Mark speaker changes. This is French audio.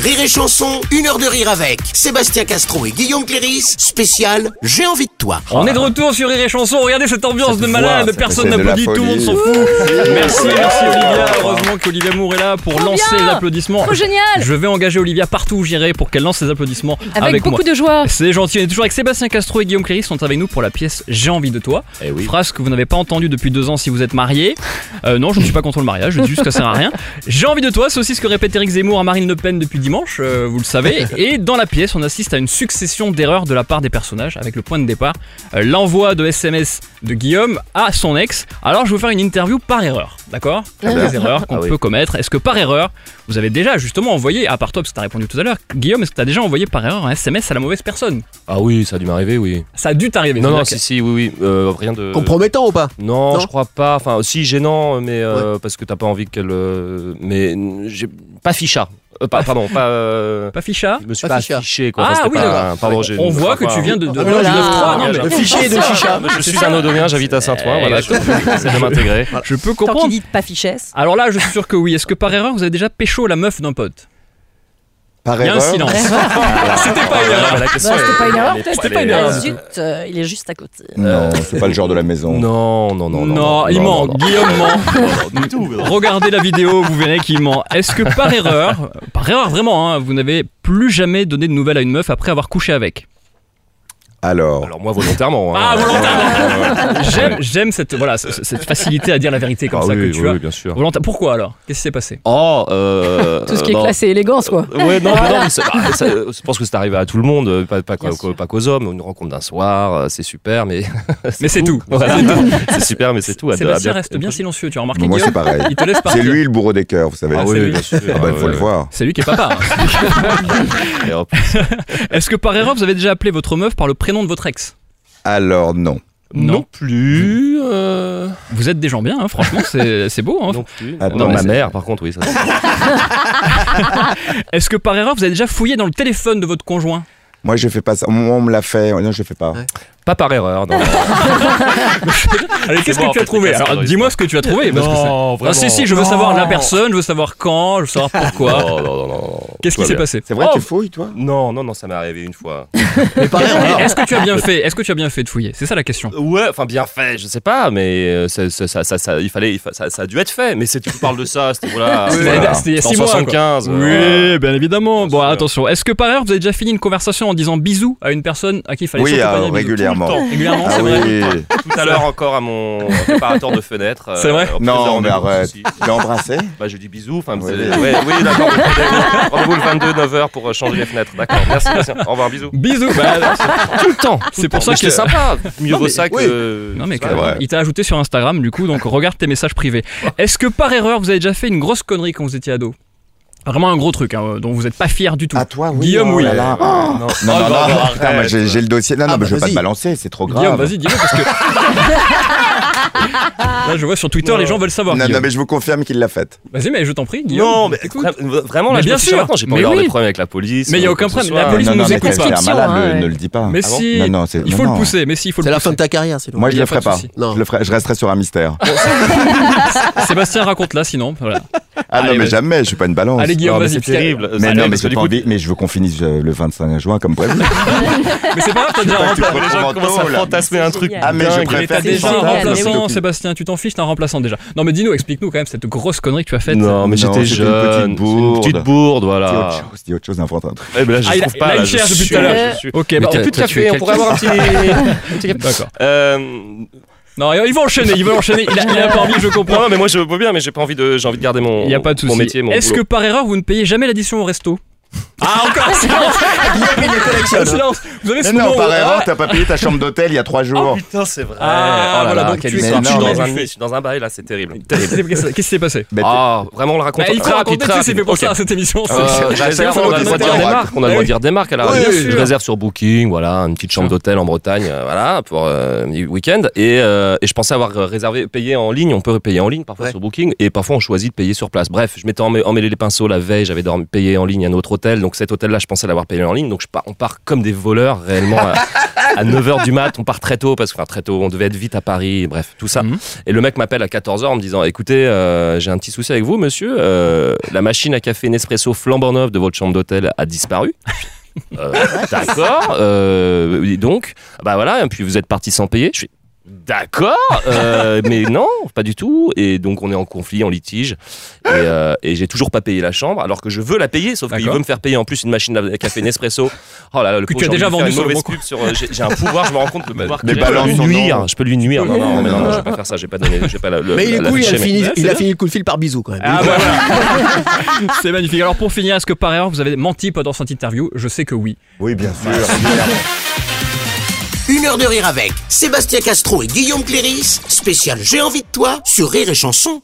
Speaker 1: Rire et Chanson, une heure de rire avec Sébastien Castro et Guillaume Cléris, spécial J'ai envie de toi.
Speaker 2: On est de retour sur Rire et Chanson. Regardez cette ambiance de malade.
Speaker 3: ça fait-
Speaker 2: Personne
Speaker 3: c'est de la
Speaker 2: n'applaudit, tout le monde
Speaker 3: folie.
Speaker 2: s'en fout. Merci, merci Olivia. Heureusement qu'Olivia Moore est là pour
Speaker 4: Trop
Speaker 2: lancer
Speaker 4: bien.
Speaker 2: les applaudissements.
Speaker 4: Trop génial.
Speaker 2: Je vais engager Olivia partout où j'irai pour qu'elle lance ses applaudissements avec,
Speaker 4: Avec, beaucoup
Speaker 2: moi.
Speaker 4: de joie.
Speaker 2: C'est gentil, on est toujours avec Sébastien Castro et Guillaume Cléry sont avec nous pour la pièce J'ai envie de toi. Phrase que vous n'avez pas entendue depuis deux ans si vous êtes marié. Euh, non, je ne suis pas contre le mariage, je dis juste que ça sert à rien. J'ai envie de toi, c'est aussi ce que répète Eric Zemmour à Marine Le Pen depuis dimanche, euh, vous le savez. Et dans la pièce, on assiste à une succession d'erreurs de la part des personnages avec le point de départ, euh, l'envoi de SMS de Guillaume à son ex. Alors je vais vous faire une interview par erreur, d'accord Les erreurs qu'on
Speaker 3: Ah oui.
Speaker 2: peut commettre. Est-ce que par erreur, vous avez déjà justement envoyé, à part toi parce que t'as répondu tout à l'heure, Guillaume, est-ce que t'as déjà envoyé par erreur un SMS à la mauvaise personne
Speaker 5: Ah oui, ça a dû m'arriver, oui.
Speaker 2: ça a dû t'arriver.
Speaker 5: non, non,
Speaker 2: c'est-à-dire
Speaker 5: si, si, oui, oui. euh, rien de.
Speaker 6: Compromettant ou pas
Speaker 5: non,
Speaker 6: Non
Speaker 5: je crois pas. Enfin, si, gênant, mais euh, parce que t'as pas envie qu'elle. euh, mais n- j'ai pas ficha. Euh, pas, pardon, pas. euh,
Speaker 2: que- Pas ficha.
Speaker 5: je me suis
Speaker 6: Pas
Speaker 5: pas
Speaker 6: ficha.
Speaker 5: affiché, quoi.
Speaker 2: Ah
Speaker 5: Enfin, c'était
Speaker 2: oui,
Speaker 5: pas-
Speaker 2: d'accord.
Speaker 5: pardon, j'ai-
Speaker 2: On
Speaker 5: je
Speaker 2: voit que
Speaker 5: crois pas.
Speaker 2: tu viens de, de
Speaker 6: Ah, mais
Speaker 2: loin
Speaker 6: là,
Speaker 2: du 9-3.
Speaker 5: là,
Speaker 2: Non, mais
Speaker 6: Le fichier de chicha.
Speaker 5: Je suis Sarnodonien, j'habite à Saint-Ouen, voilà, je c'est bien intégré.
Speaker 2: je peux
Speaker 4: Tant qu'il
Speaker 2: comprendre.
Speaker 4: dit pas fichesse.
Speaker 2: Alors là, je suis sûr que oui. Est-ce que par erreur, vous avez déjà pécho la meuf d'un pote
Speaker 3: Par
Speaker 2: Il y a un
Speaker 3: erreur.
Speaker 2: silence. Ah, C'était pas une erreur.
Speaker 5: La question,
Speaker 4: c'était
Speaker 5: elle-
Speaker 4: pas une erreur,
Speaker 5: elle est-
Speaker 4: peut-être.
Speaker 5: elle est-
Speaker 2: pas une erreur.
Speaker 4: Ah, zut, euh, il est juste à côté.
Speaker 3: Non, c'est pas le genre de la maison.
Speaker 5: Non, non, non, non.
Speaker 2: il ment.
Speaker 5: non, non, non.
Speaker 2: Guillaume ment. Regardez la vidéo, vous verrez qu'il ment. Est-ce que par erreur, par erreur vraiment, hein, vous n'avez plus jamais donné de nouvelles à une meuf après avoir couché avec
Speaker 3: Alors,
Speaker 5: Alors, moi, volontairement. hein.
Speaker 2: Ah,
Speaker 5: Ouais, ouais, ouais.
Speaker 2: J'aime, j'aime cette, voilà, ce- ce- cette facilité à dire la vérité comme
Speaker 5: Ah
Speaker 2: ça
Speaker 5: oui,
Speaker 2: que
Speaker 5: oui,
Speaker 2: tu as.
Speaker 5: oui, bien sûr.
Speaker 2: Volontaire- Pourquoi alors Qu'est-ce qui s'est passé
Speaker 5: Oh, euh,
Speaker 4: Tout ce qui est
Speaker 5: bon.
Speaker 4: classe et élégance, quoi.
Speaker 5: Ouais, non, mais non, mais ça- bah, ça- je pense que c'est arrivé à tout le monde, euh, pas, pas, qu'aux- pas qu'aux hommes. Une rencontre d'un soir, euh, c'est super, mais.
Speaker 2: Mais c'est tout.
Speaker 5: Voilà. c'est super, mais c'est tout. À- à
Speaker 2: Sébastien
Speaker 5: bien-
Speaker 2: reste bien silencieux, tu as remarqué
Speaker 3: moi c'est
Speaker 2: Guillaume
Speaker 3: pareil.
Speaker 2: Il te laisse partir.
Speaker 3: C'est lui le bourreau des cœurs, vous savez.
Speaker 5: Ah
Speaker 2: c'est lui.
Speaker 5: oui, bien sûr. Euh,
Speaker 3: Ah bah, faut le voir.
Speaker 2: C'est lui qui est papa. hein.
Speaker 5: Et hop.
Speaker 2: Est-ce que par erreur, vous avez déjà appelé votre meuf par le prénom de votre ex
Speaker 3: Alors, non.
Speaker 2: Non.
Speaker 5: plus. euh,
Speaker 2: Vous êtes des gens bien, hein, franchement, c'est c'est beau. hein.
Speaker 5: Non plus.
Speaker 3: Attends,
Speaker 5: Ah, non,
Speaker 3: mais
Speaker 5: ma
Speaker 3: c'est-
Speaker 5: mère, par contre, oui. Ça,
Speaker 2: Est-ce que par erreur, vous avez déjà fouillé dans le téléphone de votre conjoint
Speaker 3: Moi, je fais pas ça. Moi, on me l'a fait. Non, je fais pas.
Speaker 5: pas par erreur. Non,
Speaker 2: Allez, qu'est-ce
Speaker 5: bon,
Speaker 2: que tu as
Speaker 5: en fait,
Speaker 2: trouvé
Speaker 5: les casques
Speaker 2: Alors,
Speaker 5: terroristes.
Speaker 2: dis-moi ce que tu as trouvé. parce que c'est- Ah, si, si, je veux savoir la personne, je veux savoir quand, je veux savoir pourquoi.
Speaker 5: Oh, non, non, non, non, non.
Speaker 2: Qu'est-ce qui
Speaker 5: Tout
Speaker 2: s'est
Speaker 5: va bien.
Speaker 2: passé
Speaker 3: C'est vrai,
Speaker 2: Oh,
Speaker 3: tu fouilles, toi
Speaker 5: Non, non, non, ça m'est arrivé une fois.
Speaker 6: Mais par erreur, alors.
Speaker 2: Est-ce que tu as bien fait Est-ce que tu as bien fait de fouiller C'est ça la question.
Speaker 5: Ouais, enfin bien fait, je sais pas, mais euh, ça, ça, ça, ça, ça- il fallait, il fa- ça, ça a dû être fait. Mais c'est tu parles de ça, c'était
Speaker 3: Ah,
Speaker 5: voilà,
Speaker 2: C'était-
Speaker 5: voilà.
Speaker 2: c'était il y a
Speaker 5: C'était
Speaker 2: six
Speaker 5: en
Speaker 2: mois, quoi.
Speaker 5: 75.
Speaker 2: Oui, bien évidemment. Bon,
Speaker 5: Bien sûr.
Speaker 2: attention. Est-ce que par erreur, vous avez déjà fini une conversation en disant bisous à une personne à qui il fallait
Speaker 3: Oui,
Speaker 2: surtout pas
Speaker 3: euh,
Speaker 2: dire bisous
Speaker 3: régulièrement.
Speaker 2: Tout le temps. Régulièrement,
Speaker 3: Ah
Speaker 2: c'est vrai.
Speaker 3: oui.
Speaker 5: tout à l'heure encore à mon préparateur de fenêtre. euh,
Speaker 2: C'est vrai
Speaker 5: au président
Speaker 3: Non, mais
Speaker 5: rendez-vous,
Speaker 3: arrête.
Speaker 5: si.
Speaker 3: Tu l'as embrassé
Speaker 5: Bah, je dis bisous. Enfin,
Speaker 3: Oui.
Speaker 5: c'est- ouais, oui, d'accord. Rendez-vous le 22 9h pour euh, changer les fenêtres. D'accord. Merci, merci. Au revoir, bisous.
Speaker 2: Bisous. Bah,
Speaker 5: Tout le temps.
Speaker 2: C'est pour ça que
Speaker 5: c'est sympa. Mieux vaut ça que.
Speaker 2: Non mais
Speaker 5: c'est
Speaker 2: quand
Speaker 5: vrai.
Speaker 2: même, il t'a ajouté sur Instagram du coup donc regarde tes messages privés. Est-ce que par erreur vous avez déjà fait une grosse connerie quand vous étiez ado Vraiment un gros truc hein, dont vous n'êtes pas fier du tout.
Speaker 3: À toi, oui.
Speaker 2: Guillaume,
Speaker 3: oh
Speaker 2: oui.
Speaker 3: là là.
Speaker 2: bah,
Speaker 5: Non,
Speaker 3: Non, non, non,
Speaker 5: arrête.
Speaker 3: putain, moi, j'ai j'ai le dossier. Non, non,
Speaker 6: Ah,
Speaker 3: mais je
Speaker 6: bah,
Speaker 3: veux pas te
Speaker 6: vas-y.
Speaker 3: balancer, c'est trop oh, grave.
Speaker 2: Guillaume vas-y dis-le parce que là je vois sur Twitter
Speaker 5: Non.
Speaker 2: les gens veulent savoir.
Speaker 3: Non, non,
Speaker 2: Guillaume.
Speaker 3: mais je vous confirme qu'il l'a faite.
Speaker 2: Vas-y mais je t'en prie Guillaume.
Speaker 5: Non, mais
Speaker 2: écoute.
Speaker 5: vra- vraiment, là,
Speaker 2: Mais
Speaker 5: je
Speaker 2: bien
Speaker 5: me suis dit,
Speaker 2: sûr.
Speaker 5: attends, j'ai pas
Speaker 2: Mais
Speaker 5: encore
Speaker 2: oui.
Speaker 5: des problèmes avec la police.
Speaker 2: Mais il y a
Speaker 5: euh,
Speaker 2: aucun
Speaker 5: quoi que ce
Speaker 2: problème. La
Speaker 5: soit.
Speaker 2: police
Speaker 3: non,
Speaker 2: nous
Speaker 3: non, mais
Speaker 2: écoute
Speaker 3: t'as
Speaker 2: pas.
Speaker 3: fait un malade,
Speaker 4: Prescription, hein,
Speaker 3: le- ne
Speaker 4: ouais.
Speaker 3: le dis pas.
Speaker 2: euh Mais
Speaker 5: Ah bon
Speaker 2: si
Speaker 3: Non, non, c'est-
Speaker 2: il
Speaker 3: non,
Speaker 2: faut
Speaker 3: non.
Speaker 2: le pousser mais si il faut
Speaker 6: C'est
Speaker 2: le
Speaker 6: la fin
Speaker 2: pousser.
Speaker 6: de ta carrière, sinon.
Speaker 3: Moi,
Speaker 2: Il
Speaker 3: je
Speaker 2: y a
Speaker 3: le
Speaker 2: pas
Speaker 3: ferai
Speaker 2: de
Speaker 3: pas.
Speaker 2: souci.
Speaker 6: Non.
Speaker 3: Je le ferai- je resterai sur un mystère.
Speaker 2: Sébastien raconte là sinon voilà.
Speaker 3: Ah non,
Speaker 2: Allez,
Speaker 3: mais
Speaker 2: vas-y.
Speaker 3: jamais, je suis pas une balance.
Speaker 2: Allez Guillaume
Speaker 5: Non, mais
Speaker 2: vas-y.
Speaker 5: c'est
Speaker 2: parce qu'il y a-
Speaker 5: terrible.
Speaker 3: Mais
Speaker 5: Allez,
Speaker 3: non, mais
Speaker 5: parce que
Speaker 3: j'ai
Speaker 5: du
Speaker 3: pas
Speaker 5: coup,
Speaker 3: envie- mais je veux qu'on finisse euh, le 25 juin comme prévu.
Speaker 2: Mais c'est pas grave t'as déjà
Speaker 3: Tu
Speaker 2: remplacé.
Speaker 3: prends
Speaker 5: Les gens
Speaker 3: ton
Speaker 5: commencent
Speaker 3: manteau,
Speaker 5: à
Speaker 3: là.
Speaker 5: fantasmer un truc.
Speaker 3: Ah, mais je
Speaker 5: dingue.
Speaker 2: Mais
Speaker 3: préfère
Speaker 2: t'as
Speaker 3: qu'il
Speaker 2: déjà un
Speaker 3: fantasme
Speaker 4: mais
Speaker 2: remplaçant
Speaker 3: que-
Speaker 2: Sébastien tu t'en fiches t'as un remplaçant déjà. Non mais dis-nous explique-nous quand même cette grosse connerie que tu as faite.
Speaker 5: Non,
Speaker 3: Non,
Speaker 5: mais j'étais
Speaker 3: c'était une
Speaker 5: jeune.
Speaker 3: petite
Speaker 5: c'est Une
Speaker 3: bourde.
Speaker 5: petite bourde,
Speaker 3: Dis
Speaker 5: voilà.
Speaker 3: autre chose, dis autre chose, invente un truc.
Speaker 5: Eh ben là, je
Speaker 2: Ah, il a-
Speaker 5: trouve pas.
Speaker 2: il a
Speaker 5: là,
Speaker 2: une
Speaker 5: je
Speaker 2: chair depuis tout
Speaker 5: suis-
Speaker 2: à l'heure.
Speaker 5: je suis-
Speaker 2: Ok bah,
Speaker 5: Plus de café, Eh ben, on pourrait avoir un petit. un petit café.
Speaker 2: D'accord.
Speaker 5: Euh,
Speaker 2: Non, il va enchaîner, il va enchaîner. Il a, il a pas envie, je
Speaker 5: non,
Speaker 2: comprends.
Speaker 5: non, mais moi je veux bien, mais j'ai pas envie de, j'ai envie de garder mon,
Speaker 2: Il n'y a pas de
Speaker 5: mon
Speaker 2: souci.
Speaker 5: métier, mon
Speaker 2: Est-ce que
Speaker 5: boulot.
Speaker 2: par erreur, vous ne payez jamais l'addition au resto Ah, encore ça
Speaker 3: il les collectionne.
Speaker 2: Silence. Vous avez ce
Speaker 3: Mais non,
Speaker 2: moment où-
Speaker 3: par erreur,
Speaker 2: Ouais.
Speaker 3: t'as pas payé ta chambre d'hôtel il y a trois jours.
Speaker 5: Oh, putain, c'est vrai.
Speaker 2: Ah,
Speaker 5: oh là
Speaker 2: voilà,
Speaker 5: là,
Speaker 2: donc
Speaker 5: quelle
Speaker 2: tu es
Speaker 5: histoire.
Speaker 3: sorti
Speaker 5: Je suis
Speaker 3: dans
Speaker 5: dans
Speaker 2: un
Speaker 5: un-
Speaker 2: buffet.
Speaker 5: je suis dans un bail là, c'est terrible.
Speaker 2: Qu'est-ce qui s'est passé
Speaker 3: Bah,
Speaker 5: Ah, vraiment, on le raconte.
Speaker 2: Bah, Il faut
Speaker 5: très
Speaker 2: raconter,
Speaker 5: rapide,
Speaker 2: tu
Speaker 5: très
Speaker 2: sais, c'est fait
Speaker 5: rapide.
Speaker 2: pour
Speaker 5: Ok.
Speaker 2: ça cette émission. c'est-
Speaker 5: Euh,
Speaker 3: c'est-
Speaker 5: je
Speaker 3: c'est-
Speaker 5: réserve,
Speaker 3: c'est-
Speaker 5: on a le droit de dire
Speaker 3: c'est-
Speaker 5: des marques. On a le droit de dire des marques. Alors,
Speaker 2: Bah Oui, bien
Speaker 5: je
Speaker 2: sûr.
Speaker 5: réserve sur Booking, voilà, une petite chambre d'hôtel en Bretagne, euh, voilà, pour euh, le week-end. Et, euh, et je pensais avoir réservé, payé en ligne. On peut payer en ligne parfois
Speaker 6: Ouais.
Speaker 5: sur Booking, et parfois on choisit de payer sur place. Bref, je m'étais emmê- emmêlé les pinceaux la veille. J'avais dormi- payé en ligne un autre hôtel, donc cet hôtel-là, je pensais l'avoir payé en ligne. Donc je pars- on part comme des voleurs réellement. à- à 9h du mat, on part très tôt parce que enfin, très tôt, on devait être vite à Paris, bref, tout ça.
Speaker 2: Mhm.
Speaker 5: Et le mec m'appelle à 14h en me disant "Écoutez, euh, j'ai un petit souci avec vous monsieur, Euh, la machine à café Nespresso flambant neuve de votre chambre d'hôtel a disparu." Euh, d'accord. euh, et donc, bah voilà, et puis vous êtes parti sans payer. Je suis D'accord, euh, mais non, pas du tout. Et donc on est en conflit, en litige, et, euh, et j'ai toujours pas payé la chambre, alors que je veux la payer, sauf qu'il
Speaker 2: D'accord.
Speaker 5: veut me faire payer en plus une machine à café Nespresso. Oh là là, le
Speaker 2: Que
Speaker 5: pauvre,
Speaker 2: tu as
Speaker 5: j'ai
Speaker 2: déjà
Speaker 5: envie de faire
Speaker 2: vendu
Speaker 5: une
Speaker 2: sur le
Speaker 5: mauvaise
Speaker 2: bon
Speaker 5: pub sur, euh, j'ai j'ai un pouvoir, je me rends compte le pouvoir que
Speaker 3: des
Speaker 5: j'ai. je peux
Speaker 3: balances
Speaker 5: lui
Speaker 3: sur
Speaker 5: nuire,
Speaker 3: nos-
Speaker 5: je peux lui nuire. Non non,
Speaker 3: Oui,
Speaker 5: mais non,
Speaker 3: non,
Speaker 5: non,
Speaker 3: non.
Speaker 5: je vais pas faire ça, je vais pas donner, je vais pas la, le-
Speaker 6: Mais il est
Speaker 5: la-
Speaker 6: cool, il a,
Speaker 5: l'afficher,
Speaker 6: fini,
Speaker 5: mais-
Speaker 2: Ouais, c'est
Speaker 6: il a
Speaker 2: bien.
Speaker 6: fini le coup de fil par bisou quand même.
Speaker 2: Ah, voilà. C'est magnifique. Alors pour finir, est-ce que par erreur vous avez menti pendant cette interview Je sais que oui.
Speaker 3: Oui, bien
Speaker 5: Ah.
Speaker 3: sûr.
Speaker 1: Une heure de rire avec Sébastien Castro et Guillaume Cléris, spécial J'ai envie de toi sur Rire et Chanson.